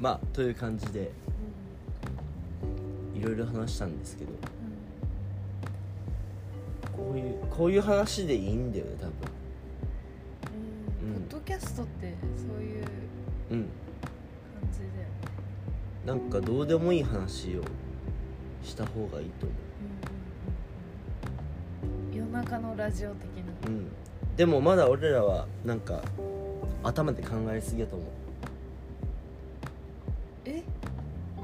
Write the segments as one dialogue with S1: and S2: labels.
S1: まあという感じでいろいろ話したんですけどこういうこういう話でいいんだよね多分
S2: うん
S1: うん
S2: ポッドキャストってそういう
S1: うん
S2: 感じだよね
S1: なんかどうでもいい話をした方がいいと思
S2: 夜中のラジオ的な
S1: ううんでもまだ俺らはなんか頭で考えすぎやと思う
S2: え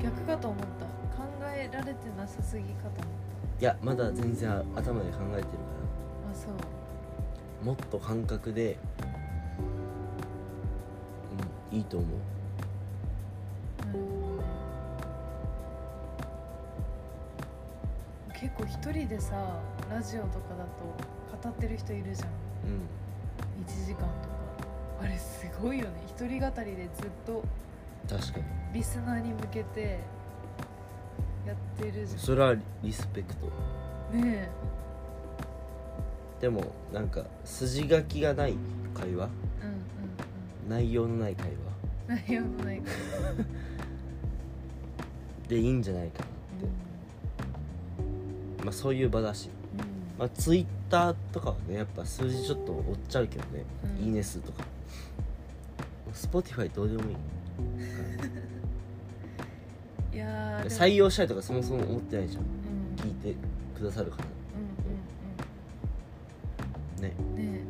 S2: 逆かと思った考えられてなさすぎかと思っ
S1: いやまだ全然頭で考えてるか
S2: たあそう
S1: らもっと感覚でうんいいと思う
S2: なるほどね結構一人でさラジオとかだと語ってる人いるじゃん
S1: うん
S2: 1時間とかあれすごいよね一人語りでずっと
S1: 確かに
S2: リスナーに向けてやってるじ
S1: それはリスペクト
S2: ゃんね
S1: でもなんか筋書きがない会話
S2: えうんうん
S1: 内容のない会話
S2: うん内容のないから、
S1: でいいんじゃないか
S2: う
S1: なっ
S2: ん
S1: て、まあそういう場だし
S2: うん
S1: まあ、ツイッターとかはねやっぱ数字ちょっと追っちゃうけどね、
S2: うん
S1: いいね数とかスポティファイどうでもいい
S2: いやーでも
S1: 採用したいとかそもそも思ってないじゃん
S2: うんうん
S1: 聞いてくださるかなね
S2: うんうんね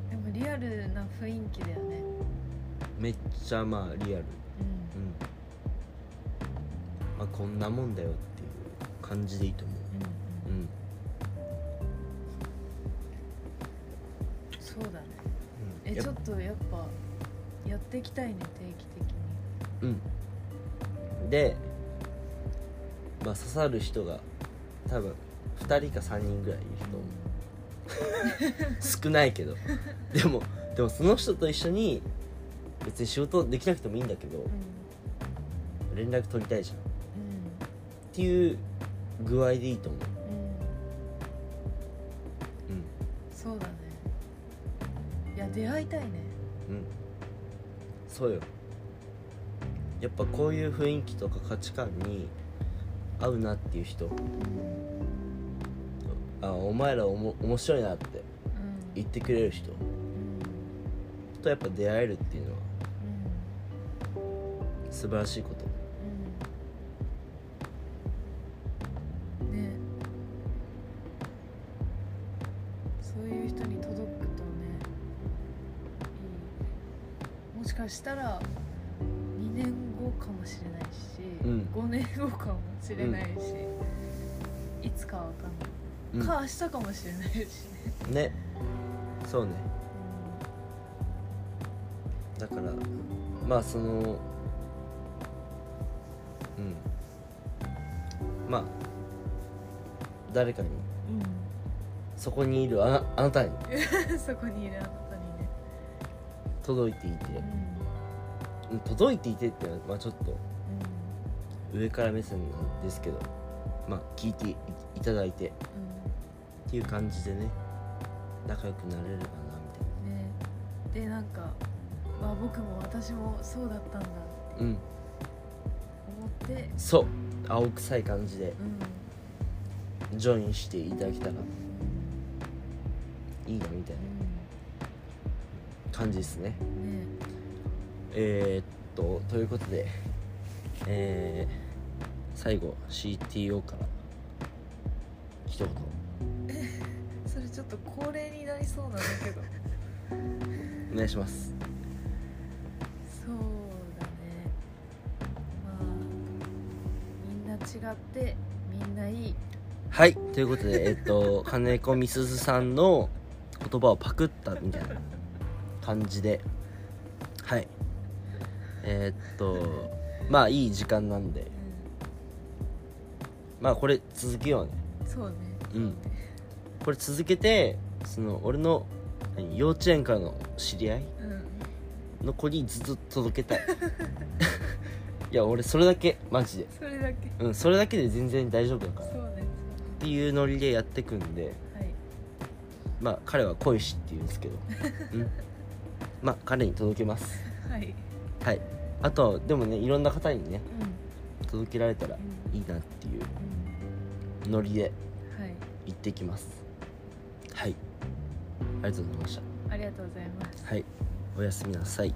S2: えでもリアルな雰囲気だよね
S1: めっちゃまあリアルう
S2: うん
S1: まあこんなもんだよっていう感じでいいと思
S2: ん、うん
S1: ううん、
S2: そうだね
S1: うん、
S2: え
S1: や
S2: ちょっとやっぱやっていきたいね定期的に
S1: うんでまあ刺さる人が多分2人か3人ぐらいいると思う少ないけどでもでもその人と一緒に別に仕事できなくてもいいんだけど
S2: う
S1: 連絡取りたいじゃんっ
S2: んうん
S1: ていう具合でいいと思う
S2: うん
S1: う
S2: そうだねいや出会いたい
S1: ん
S2: ね
S1: うんそうよやっぱこういう雰囲気とか価値観に合うなっていう人
S2: うん
S1: あお前らおも面白いなって言ってくれる人
S2: うん
S1: とやっぱ出会えるっていうのは
S2: うん
S1: 素晴らしいこと
S2: うんねそういう人に届くとねいいもしかしたら2年後かもしれないし、
S1: うん
S2: 5年後かもしれないし、いつかわかんない、
S1: うん
S2: か明日かもしれないしね、
S1: ねそうねだからまあそのうんまあ誰かにそこにいるあなあなたに
S2: うんそこにいるあなたにね、
S1: 届いていて
S2: うん
S1: うん届いていてってのは、まあ、ちょっと上から目線なんですけどまあ聞いていいただいてっていう感じでね仲良くなれるかなみたい
S2: うんねでなんか、まあ、僕も私もそうだったん
S1: な
S2: だ
S1: うん
S2: 思って、
S1: そう青臭い感じで
S2: うん、
S1: ジョインしていただけたらいいなみたいな感じですね
S2: うんね
S1: えー、っとということでえー、最後 CTO から一言
S2: それちょっと恒例になりそうなんだけ ど
S1: お願いします
S2: そうだねまあみんな違ってみんないい
S1: はいということでえっと金子みすずさんの言葉をパクったみたいな感じではいえーっとまあいい時間なんでまあこれ続けようね
S2: そうね
S1: うんこれ続けてその俺の何幼稚園からの知り合い
S2: うん
S1: の子にずっと届けたい いや俺それだけマジで
S2: それだけ
S1: うんそれだけで全然大丈夫だからっ
S2: そうね
S1: ていうノリでやってくんで
S2: はい
S1: まあ彼は恋しって言うんですけど、うん、まあ彼に届けます
S2: はい
S1: はいあとはでもねいろんな方にね
S2: うん
S1: 届けられたら
S2: うん
S1: いいなっていう
S2: う
S1: ノリで
S2: んはい
S1: 行ってきますはいありがとうございまし
S2: ありがとうございます
S1: たはいおやすみなさい